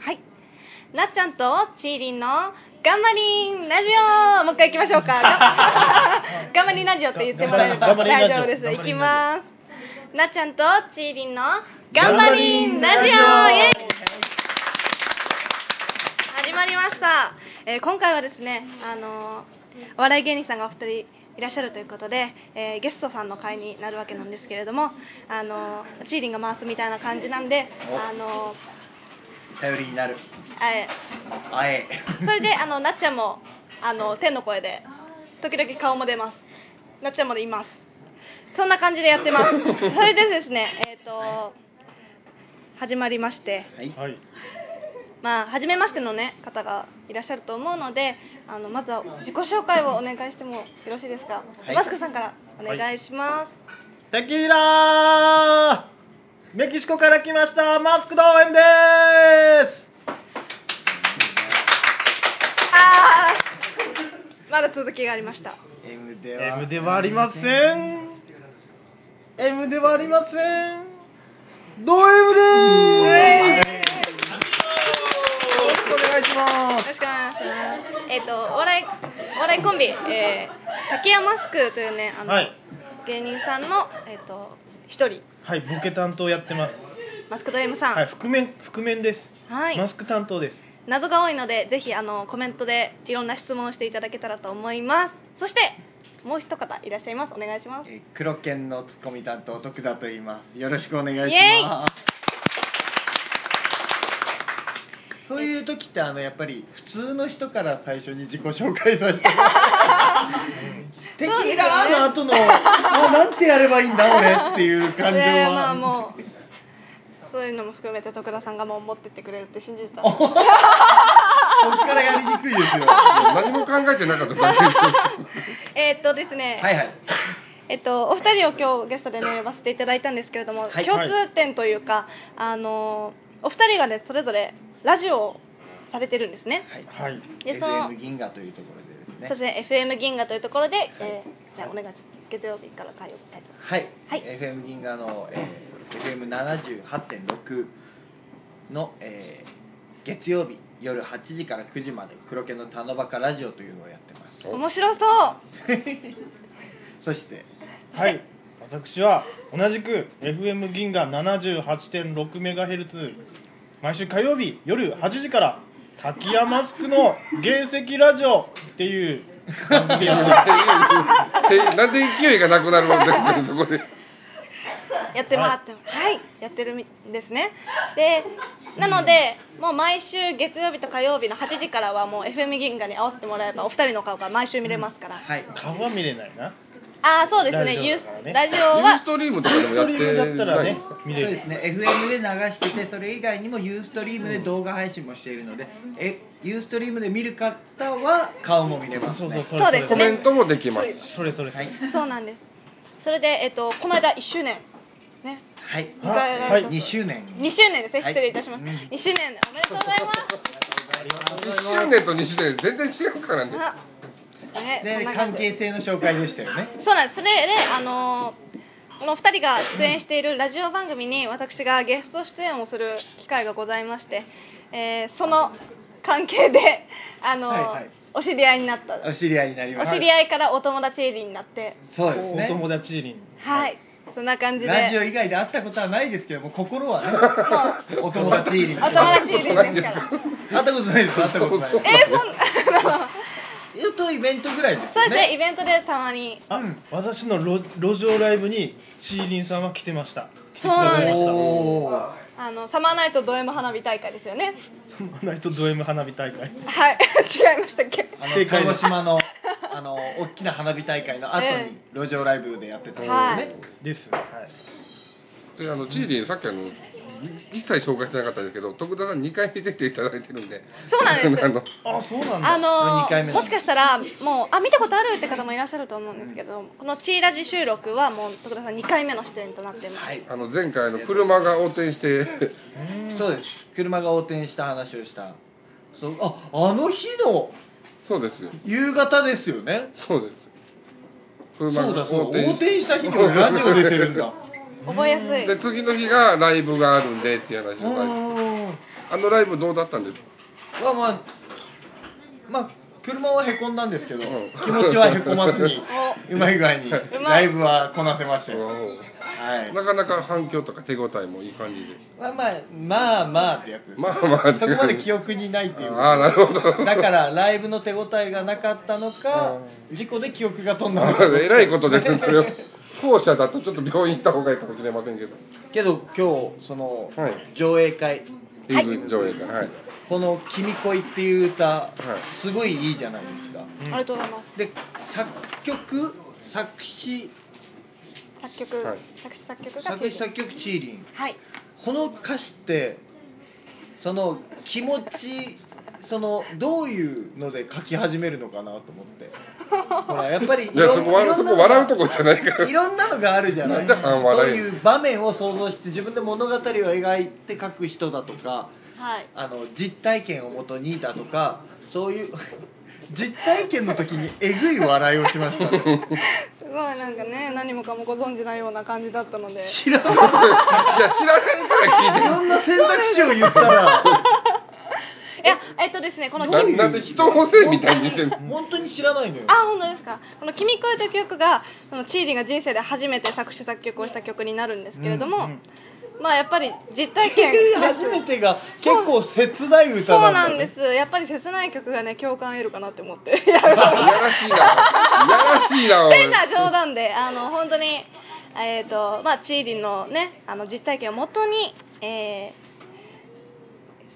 はい。なっちゃんとちーりんのガンマリンラジオもう一回行きましょうか。 ガンマリンラジオって言ってもらえればガンマリンラジ大オ丈夫です。ガンマリンラジ行きオます。なっちゃんとちーりんのガンマリンラジオイエイ始まりました、えー今回はですね、あのーお笑い芸人さんがお二人いらっしゃるということで、えーゲストさんの会になるわけなんですけれども、あのーチーリンが回すみたいな感じなんで、あのー頼りになるあえあえ それであのなっちゃんもあの天の声で時々顔も出ますなっちゃんもいますそんな感じでやってます それでですねえっ、と始まりましてはいはい、まあ初めましてのね方がいらっしゃると思うのであのまずは自己紹介をお願いしてもよろしいですか、はいマスクさんからお願いします、テキーラーメキシコから来ましたマスクドーエンですあー まだ続きがありました M では M ではありません M ではありませんドーエムでうーえすーよろしくお願よろしくお願いいしまします。えっ、と、お笑い、お笑いコンビ、えー、竹山マスクというね、あすの、はい芸人さんの、えっ、と、一人。はいボケ担当やってますマスクド M さん、はい覆面覆面ですはいマスク担当です謎が多いのでぜひあのコメントでいろんな質問をしていただけたらと思いますそしてもう一方いらっしゃいますお願いしますえー黒犬のツッコミ担当徳田と言いますよろしくお願いしイエますそういう時ってあのやっぱり普通の人から最初に自己紹介させて テキーラーの後の、あなんてやればいいんだ俺っていう感情いやいやはまあもうそういうのも含めて徳田さんがもう持ってってくれるって信じてた おこっからやりにくいですよは何も考えてなかっただけです。えっとですね、いはいえっと、お二人を今日ゲストで、ね、呼ばせていただいたんですけれども、はい共通点というか、あのお二人が、ね、それぞれラジオをされてるんですね、いはいでその FM 銀河というところでですねそして FM 銀河というところで、えーじゃあお願いします月曜日から火曜日あとはい、はい FM 銀河の、えー、FM78.6 の、えー月曜日夜8時から9時まで黒毛のタノバカラジオというのをやってますお面白そうそしてはい、私は同じく FM 銀河78.6メガヘルツ毎週火曜日夜8時から滝山マスクの原石ラジオっていうえなんで勢いがなくなるもんですか、そこで。やってもらってもはい、やってるみですねでなのでもう毎週月曜日と火曜日の8時からはもう FM 銀河に合わせてもらえばお二人の顔が毎週見れますから、はい顔は見れないなああそうですねラユーラジジオだからねオユーはストリームとかでもやストっリームだてったならいんねですか。見それうるですね FM で流しててそれ以外にもユーストリームで動画配信もしているので、えユーストリームで見る方は顔も見れますそうねそうそうですねコメントもできます。それそれそれはい そうなんです。それで、えっと、この間1周年、ね、はい迎えらはれいた、 2周年2周年ですね、はい失礼いたします。うん2周年、おめでとうございます。 1周年と2周年全然違うから ね。あねそんでな関感じ係性の紹介でしたよねそうなんです。それで、あのーこの2人が出演しているラジオ番組に私がゲスト出演をする機会がございまして、えーその関係で、あのーはいはいお知り合いになった。お知り合いになりまおした知り合いからお友達入りになって、そうですねお友達リンはい、そんな感じで。ラジオ以外で会ったことはないですけども心はね お友達入りおみたい友な達入りですから。会ったことないです会ったことないそうえー、そ んな。えっとイベントぐらいですそうよですね、イねベントでたまに。あ、私の路路上ライブにチーリンさんは来てましたそうなんです来てくださいましおおあのサマーナイトド M 花火大会ですよね。たサマーナイトド M 花火大会はい、 違いましたっけ。あの正解鹿で児す島のあの大きな花火大会の後に路上ライブでやってたんですよはいねですはいで、あの、チーリン、さっきあの、一切紹介してなかったんですけど、徳田さん2回出ていただいてるんで。そうなんですあのあそうなんだあ二回の目なんだもしかしたらもうあ見たことあるって方もいらっしゃると思うんですけど、このチーラジ収録はもう徳田さん2回目の出演となってます。はいあの、前回の車が横転して、そうです車が横転した話をしたそうああの日のそうですよ。夕方ですよねそうです。そう車だがそう横だ転横して転した日に俺ラ ジオ出てるんだ覚えやすい。で次の日がライブがあるんでっていう話をうされてんあのライブどうだったんですかまあまあまあ車はへこんだんですけど、ん気持ちはへこまず にうまい具合うにまいライブはこなせましたよ、はいなかなか反響とか手応えもいい感じでまあまあまあまあってやつです、まあまあそこまで記憶にないっていうああなるほどだからライブの手応えがなかったのか事故で記憶が飛んだ のかえらいことですねそれを後者だとちょっと病院行った方がいいかもしれませんけどけど今日そのはい上映会 AV 上映会はいこの「君恋」っていう歌いすごいいいじゃないですかありがとうございますで作曲作詞作曲、はい作詞作曲が作詞作曲チーリンはいこの歌詞ってその気持ちそのどういうので書き始めるのかなと思ってほらやっぱりいいやろんそこわいろんなそこ笑うとこじゃな いからいろんなのがあるじゃなないんで半笑そういいう場面を想像して自分で物語を描いて書く人だとかはいあの実体験をもとにだとかそういう実体験の時にえぐい笑いをしましたねすごいなんかね何もかもご存知ないような感じだったので知らんいや知らないから聞いいろんな選択肢を言ったらいやえっとですねこのどういうなんで人のせいみたいに言ってんの本当に知らないのよあ本当ですかこの「君恋」という曲がそのチーリが人生で初めて作詞作曲をした曲になるんですけれども、うんうんまあやっぱり実体験初 めてが結構切ない歌そうななんだ、んね、ですやっぱり切ない曲がね共感を得るかなって思っていやいやらしいな。いやらしいな。おいっていうのは冗談であの本当にえっ、とまあチーリのねあの実体験をもとに、え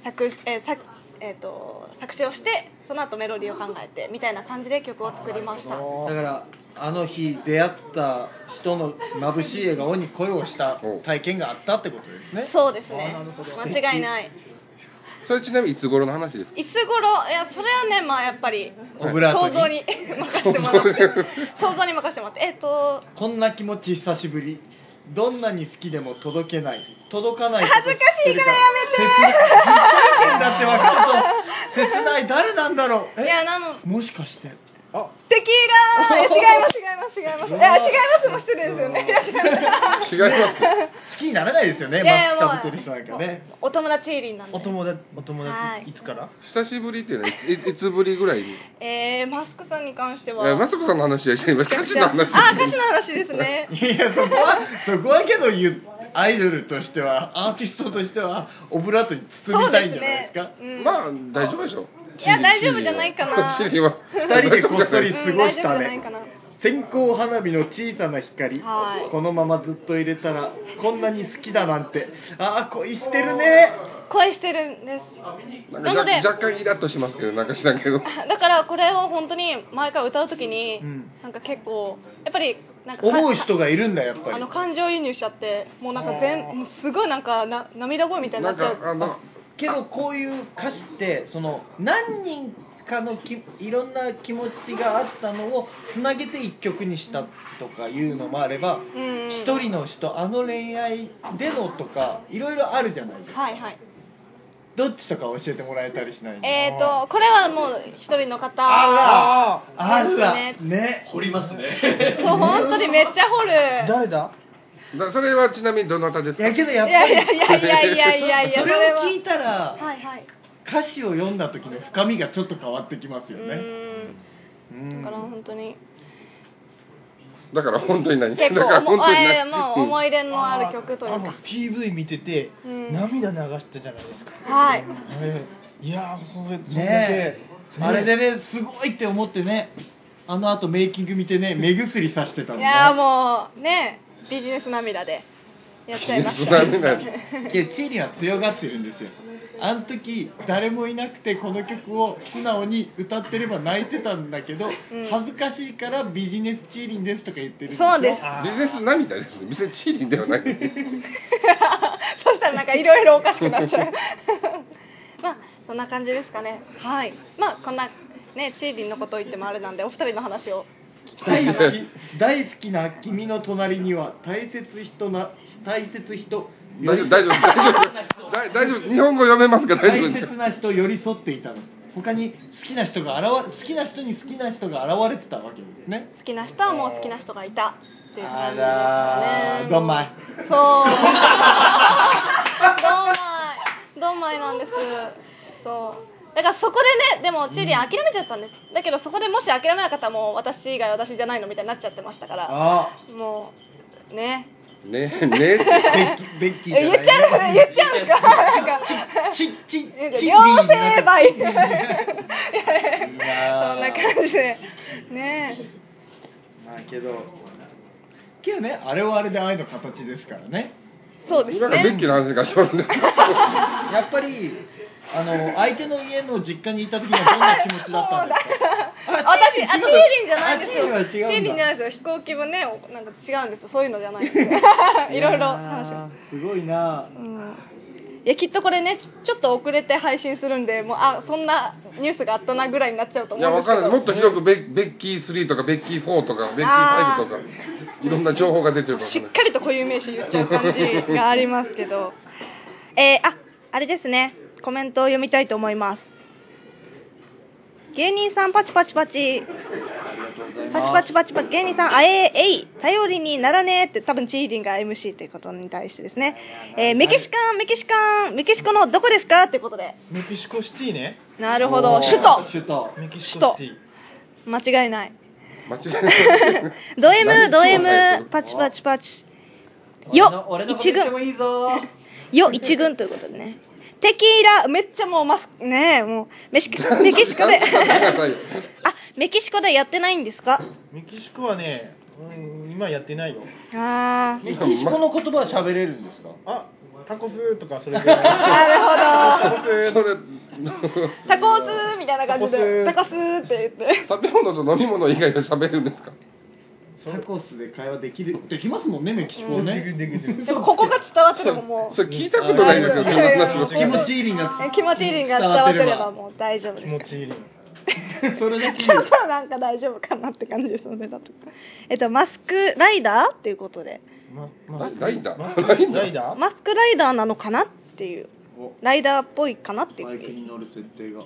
ー作詞えー作えーと作詞をしてその後メロディーを考えてみたいな感じで曲を作りましただからあの日出会った人の眩しい笑顔に恋をした体験があったってことですねそうですねあなるほど間違いないそれちなみにいつ頃の話ですか。いつ頃いやそれはねまあやっぱりオブラート想に像に 任せてもらって想像に任せてもらってえっ、とこんな気持ち久しぶりどんなに好きでも届けない届かない恥ずかしいからやめて実体験だって分かると切ない誰なんだろういえやなのもしかしてあテキー ラーえ違います違います違いますいや違いますもう失礼ですよねいや違います違います。好きにならないですよねいやいやマスクかぶってる人なんかねもうお友達入りなんでお友達お友は達いいつから久しぶりっていうのはい ついつぶりぐらい に。えー、マスクさんに関してはマスコさんの話じゃない今歌詞の話。あ歌詞の話ですねいやそこはそこはけど言うアイドルとしてはアーティストとしてはオブラートに包みたいんじゃないですかそうですねうんまあ大丈夫でしょ。いや大丈夫じゃないか なチリは。二人でこっそりうん過ごした大丈夫じゃないねかな線香花火の小さな光はいこのままずっと入れたらこんなに好きだなんてああ恋してるね恋してるんですなんなのでか若干イラッとしますけどなんかしなけど。だからこれを本当に前から歌うときに、うんなんか結構やっぱりなんか思う人がいるんだやっぱありの感情移入しちゃってもうなんか全もうすごいなんかな涙声みたいにななっちゃんかうあのけどこういう歌詞ってその何人かのきいろんな気持ちがあったのをつなげて一曲にしたとかいうのもあればうん一人の人あの恋愛でのとかいろいろあるじゃないですかはいはいどっちとか教えてもらえたりしないのえーとこれはもう一人の方あらあらでねす掘りますねそう 本当にめっちゃ掘る誰だだそれはちなみにどなたですいか。やけどやっいぱやいりやいやいやいやいやいやそれをは聞いたらはいはい歌詞を読んだ時の深みがちょっと変わってきますよねううんんだから本当にだから本当に何。だ結か構らも本う当にえー何。もううん思い入れのある曲といあうのか PV 見ててうん涙流したじゃないですかはいえーいやーそれそれだけねえあれでねすごいって思ってねあのあとメイキング見てね目薬さしてたのいねやーもうねビジネス涙でやっちゃいました ビジネス涙けどチーリンは強がってるんですよあの時誰もいなくてこの曲を素直に歌ってれば泣いてたんだけど、ん恥ずかしいからビジネスチーリンですとか言ってるんよそうですあービジネス涙です。ビジネスチリではない。 そしたらなんかいろいろおかしくなっちゃう まあそんな感じですかねはいまあこんなねチーリンのことを言ってもあれなんでお二人の話を大好き大好きな君の隣には大切人な大切人大丈夫大丈夫大丈夫大大丈夫日本語読めますか大大丈夫です切な人寄り添っていたの他に好きな人が現れ好きな人に好きな人が現れてたわけですね好きな人はもう好きな人がいたっていう感じですかあねらーどんまいそうどんまいどんまないなんですそうだからそこでねでもチリン諦めちゃったんです、だけどそこでもし諦めなかったらもう私以外私じゃないのみたいになっちゃってましたからあもうねねベね ッキーベッキー言っちゃうんです言っちゃうんですかなんかちっちっち両ち成敗 そいいなんな感じでねまあけどけどねあれはあれで愛の形ですからねそうですなんかベッねキーの話がしとるんだやっぱりあの相手の家の実家にいた時はどんな気持ちだったんですか私あチー違うリンじゃないんですよあチチーーリンは違うんだリンじゃないですよ飛行機もねおなんか違うんですよそういうのじゃないですいろいろ話がやーすごいなうんいやきっとこれねちょっと遅れて配信するんでもうあそんなニュースがあったなぐらいになっちゃうと思いやうんわですけかどんないもっと広くベベッキー3とかベッキー4とかベッキー5とかいろんな情報が出てるかもししれなっいかりと固有名詞言っちゃう感じがありますけどえー、ああれですねコメントを読みたいと思います芸人さんパチパチパチパチパチパチパチ芸人さんあえー、えい頼りにならねえって多分チーリンが MC ということに対してですね、えーメキシカンメキシカンメキシコのどこですかってことでメキシコシティねなるほどおー首都首都メキシコシティ間違いない 間違いないド M ド何 M パチパチパチよ一俺の俺のこと言って軍もいいぞーよ一軍ということでねテキーラめっちゃもうマスクねえもうメシキメキシコでちゃんと考えなさあいよメキシコでやってないんですかメキシコはね、うん、今やってないよあーメキシコの言葉は喋れるんですかあタコスとかそれぐらいな るタほコスそれどタコスーみたいな感じでタタコスーって言って食べ物と飲み物以外は喋るんですかタコスで会話できるできますもんねメキシコね、できるできるでもここが伝わっててももうそれ聞いたことないですよそんな話もう気持ちいいりんがえ気持ちいいりんが伝わってればもう大丈夫気です持からちいいねそれだけちょっとなんか大丈夫かなって感じですのでだとえっとマスクライダーっていうことでままライダーマスクライダーライダーマスクライダーなのかなっていうおライダーっぽいかなっていバイクうに乗る設定が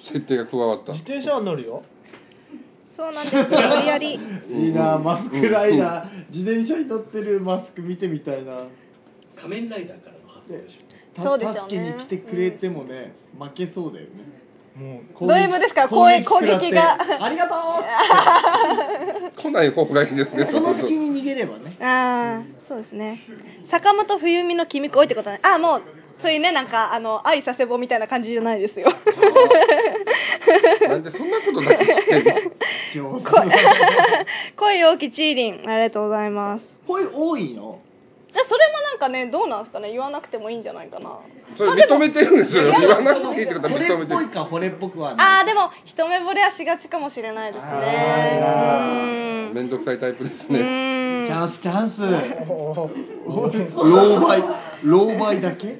設定が加わった自転車は乗るよそうなんですよ無理やりいいなマスクライダー自転車に乗ってるマスク見てみたいな仮面ライダーからの発想でしょそうでしょうね助けに来てくれてもね、負けそうだよねもうド M ですから攻撃食らって攻撃がありがとう来ない方がいいでっすつっねてそのそう隙に逃げればねああそうですね坂本冬美の君恋ってことねああもうそういうねなんかあの愛させぼみたいな感じじゃないですよそうなんでそんなことだけ知ってんの上手 恋多きチーリンありがとうございます声多いのじゃあそれもなんかねどうなんすかね言わなくてもいいんじゃないかなそれ認めてるんですよ言わなくていいってことは惚認れめってぽいるか惚れっぽくはああででも一目惚れはしがちかもしれないですねあーいいなうーん面倒くさいタイプですうねーんチャンスチャンスおー狼狽狼狽だけ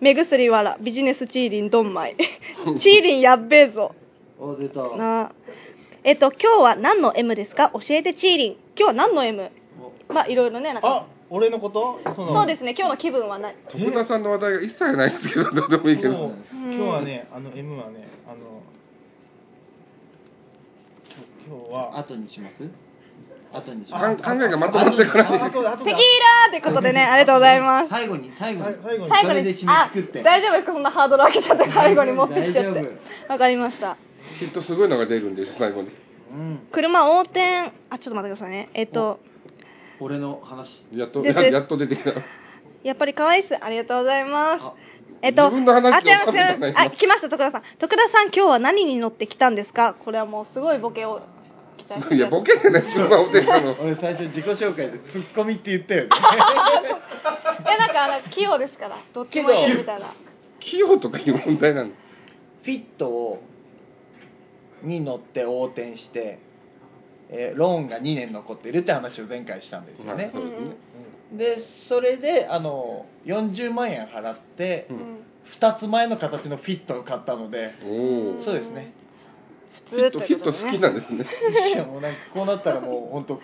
目薬わらビジネスチーリンドンマイ チーリンやっべえぞお出たなえっと今日は何の M ですか教えてチーリン今日は何の M まあいろいろねなんかあ俺のことそのそうですね今日の気分はない徳田さんの話題が一切ないですけどどうでもいいけもどう今日はねあの M はねあの今日今日は後にします後にしかまんす考えがまとまっていかないあとだあとテキーラだーってことでねありがとうございます最後に最後にはい最後に最後それでに締めあくくって大丈夫ですかそんなハードル開けちゃって最後に持ってきちゃっ大て丈夫わかりましたきっとすごいのが出るんです最後にうん車横転あちょっと待ってくださいねえっと俺の話やっとですやですやっと出てきたやっぱり可愛いっすありがとうございますあえっと、自分の話あ、で違います、収違めいてなまいす。あ、来ました、徳田さん。徳田さん、今日は何に乗ってきたんですかこれはもうすごいボケを期待していやボケてない順番を出 したの俺最初自己紹介でツッコミって言ったよね え、なんかあの、器用ですから。どっちもいけるみたいな。器用とかいう問題なのフィットをに乗って横転して、えーローンが2年残ってるって話を前回したんですよねそうですねでそれであの40万円払って、ううんん2つ前の形のフィットを買ったのでおおそうですね普フィ通ットフィット好きなんですねいやもうなんかこうなったらもう本当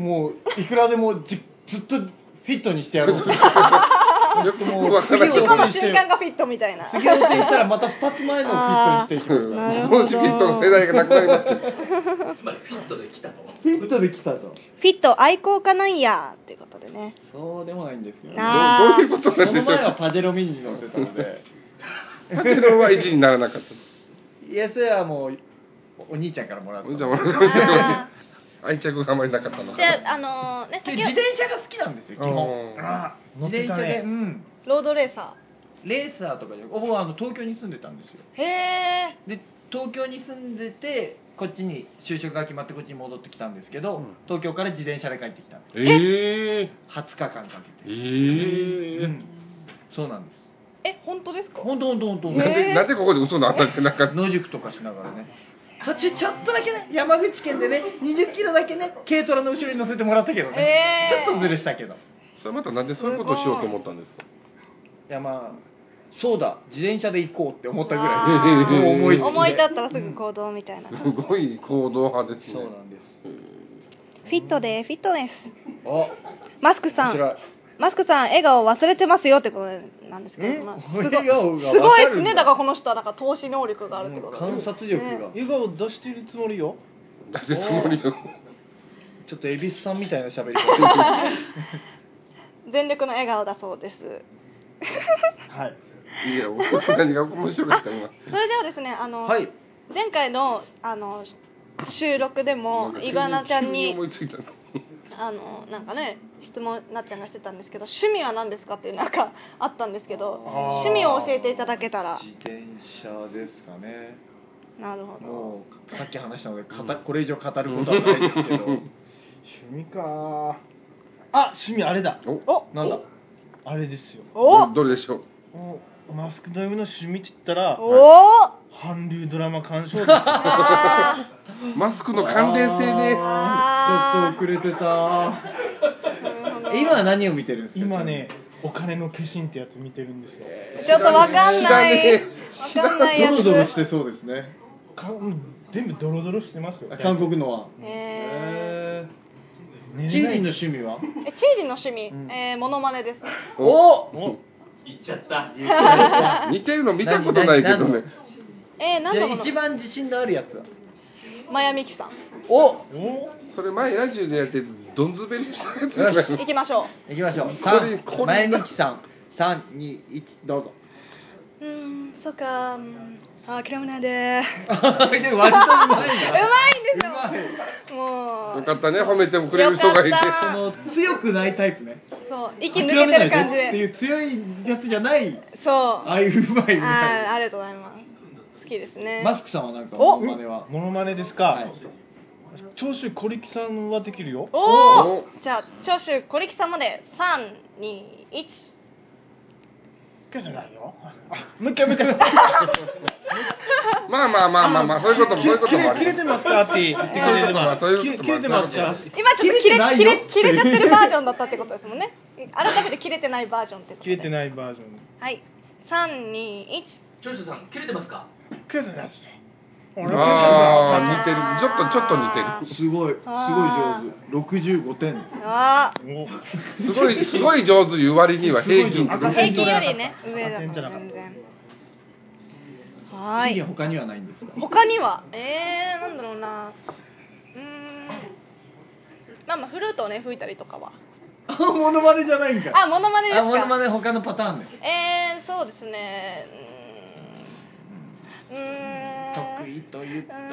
もういくらでもじずっとフィットにしてやろうとずっよくもわからない事故の瞬間がフィットみたいな次予定したらまた2つ前のをフィットにしていきうますなんるほどもうじきっとの世代がなくなりますけどつまりフィットで来たと。フィットできたとフィット愛好家なんやっていうことで ねそうでもないんですけどねなどういうことそなんでのしょう前はパジェロミニに乗ってたのでパチロンは1にならなかったイエスはもうお兄ちゃんからもらったじゃあのもであ愛着があまりなかったのーかじゃああのーね先自ほど転車が好きなんですよ基本うんあー乗自って転た車ねでうんロードレーサレーサーとかじゃなく僕はあの東京に住んでたんですよーへえで東京に住んでてこっちに就職が決まってこっちに戻ってきたんですけど、うん東京から自転車で帰ってきたえー、 20日間かえけて、うーん、そうなんですえ本当ですか本当本当本当なんえでーなんでここで嘘のあったんじゃなかった野宿とかしながらね途中ちょっとだけね山口県でね20キロだけね軽トラの後ろに乗せてもらったけどね、えーちょっとずれしたけどいそれまたなんでそういうことをしようと思ったんですかやまあそうだ自転車で行こうって思ったぐあら ー いもう思いつきで思い立ったらすぐ行動みたいなすごい行動派ですねそうなんですフィットでフィットネスあマスクさ面白んいマスクさん笑顔忘れてますよってことなんですけど、んまあ、すごい笑顔が分かるんだすごいですねだからこの人はだから投資能力があるってこもうと観察力が、笑顔出してるつもりよ出してつもりよちょっと蛭子さんみたいな喋 り方全力の笑顔だそうですはいいや何が面白かった今それではですねあの、はい前回のあの収録でもイグアナちゃん急に思いついたのあのなんかね質問なっちゃんがしてたんですけど趣味は何ですかっていうなんか あったんですけどあー趣味を教えていただけたら自転車ですかねなるほどもうさっき話したので語これ以上語ることはないですけど趣味かあ趣味あれだおおなんだあれですよおどどれでしょうマスクドライブの趣味って言ったらおー韓流ドラマ鑑賞ですよあーマスクの関連性であーちょっと遅れてた 今は何を見てるんですか今ねお金の化身ってやつ見てるんですよちょっとわかん知らなねいえわかんないやドロドロしつてそうですねかうん全部ドロドロしてますよあ韓国のはえへ寝ーれキーなリンいの趣味はーえチーリンの趣味、えー、モノマネですおお行っちゃった。似てるの見たことないけどねえー、何じのゃあもの一番自信のあるやつはマヤミキさんおおそれ前ラジオでやってドンズベリしたやつじゃないの行きましょいきましょうこれこれ3前向きさん321どうぞううーんそっかうんあ諦めないで割とうまいなうまいんですようまいもうよかったね褒めてもくれる人がいてよかっその強くないタイプねそう息抜けてる感じ諦めないでっていう強いやつじゃないそうああいううまいねはいありがとうございます好きですねマスクさんはなんかおモノマネはモノマネですか、はい長州小力さんはできるよおおおじゃあ長州小力さんまで321けどないよあもう一回もう一回まあまあまあまあまあそういうこともそういうこともあ切りれますてますかって言ってくれればそういうこと切もあるれてますかって今ちょっと切切れてれないよ切れ切れちゃってるバージョンだったってことですもんね改めて切れてないバージョンってこと切れていないバージョンはい321長州さん、切れてますか。けどないよ俺はああ似てるちょっとちょっと似てるすごいすあーごい上手65点あ切れてないおすごい、すごい上手いう割には平均ってすこごあとい平均よりね上だ赤点じゃとなかっ全た然はー次はい他にはないんですか他にはえー、なんだろうなうーんまあまあフルートをね吹いたりとかはあモノマネじゃないんかあモノマネですあモノかマネ他のパターンでえー、そうですねうーんうーん得意と言ったのに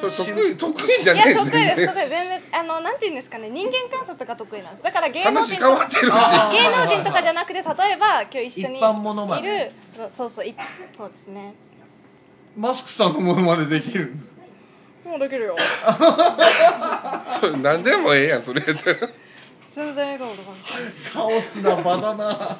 それ得意、得意じゃいねえや得意です全得然意全然あのなんて言うんですかね人間観察が得意なんですだから芸能人話変とかわってるし。あ芸能人とかじゃなくて例えば今日一緒に一般モノマいネるそうそうそういそうですねマスクさんのモノマネできるんですもうできるよそれ何でもええやん、それやったら。全然笑顔とかカオスな場だなな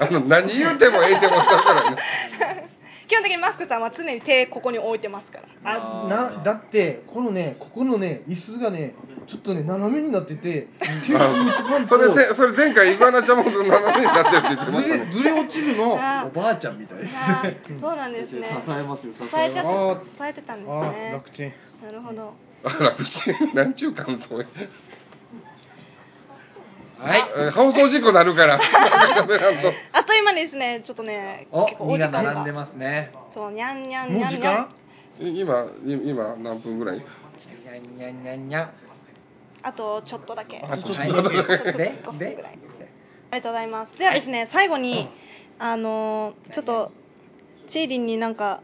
あの、何言うてもええって思ったからね。基本的にマスクさんは常に手ここに置いてますからあなだってこのねここのね椅子がねちょっとね斜めになってて手が向いてこんあとそれせ、それ前回、イグアナちゃんもその名前になってるって言ってまずしたれね。ずれ落ちるのあおばあちゃんみたいですあねーそうなんですねますよ支えちゃまっ支えてたんですあーね楽ちんなるほどあら、口、なんちゅう感想や。はいえー放送事故なるから。カメラと。あっという間にですねちょっとねお結構お2時が間並んでがますねそうにゃんにゃんにもうゃん時にゃ間んい今、い今何分ぐらいにゃんにゃんにゃんにゃんあとちょっとだけあとちょっはいとだけちょっとで5分でぐらいありがとうございますではですね、最後にあのーちょっとチーリンになんか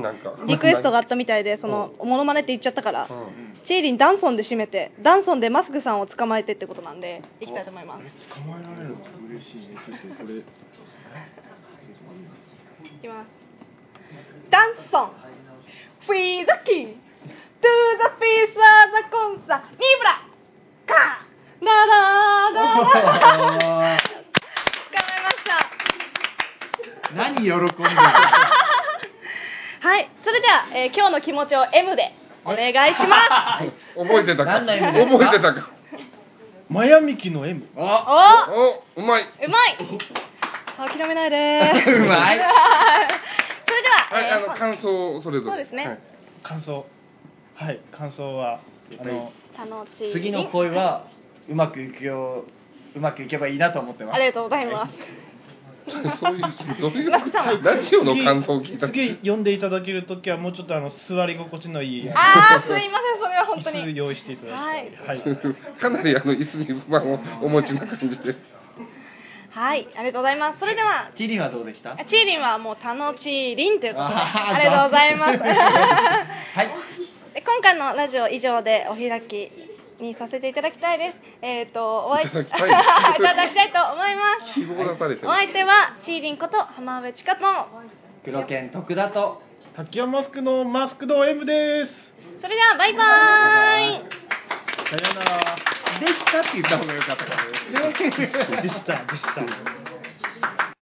なんか。リクエストがあったみたいでそのモノマネって言っちゃったからうん。チーリンダンソンで締めてダンソンでマスクさんを捕まえてってことなんでいきたいと思います捕まえられるの嬉しいねちょっとこれいきます。ダンソン。フィーザキー。トゥザフィーサーザコンサ。ニブラ。カー。ラ ラララ。捕まえました。何喜んでるはい、それでは、えー今日の気持ちを M でお願い します。覚えてたか。何の意味ですか覚えてたか。マヤミキの M おお、お、うまい。うまい。諦めないで ーす。それうではまい、はい、えーあの、感想をそれぞれ。そうですねはい 感想はい感想はあの楽しい。次の声恋はうまくいくよううまくいけばいいなと思ってますありがとうございます。そういう、どうい うマスさんラジオの感想を聞いた。次読んでいただけるときはもうちょっとあの座り心地のいいあー、すいません、それは本当椅子に。用意していただきたい、はい かなりあの椅子に不満をお持ちな感じで。はい、ありがとうございます。それでは、ティリンはどうでしたチーリンはもうタノチーリンということで、あーありがとうございます。 はいで今回のラジオ以上でお開きにさせていただきたいです。えっ、とお会いいいただただきたきた いいと思います。希望出されておる。相手はチーリンこと浜辺千佳と、黒犬徳田と滝山マスクのマスクド M ですそれではバイバーイ。さようならできたって言った方がよかったからねでしたでした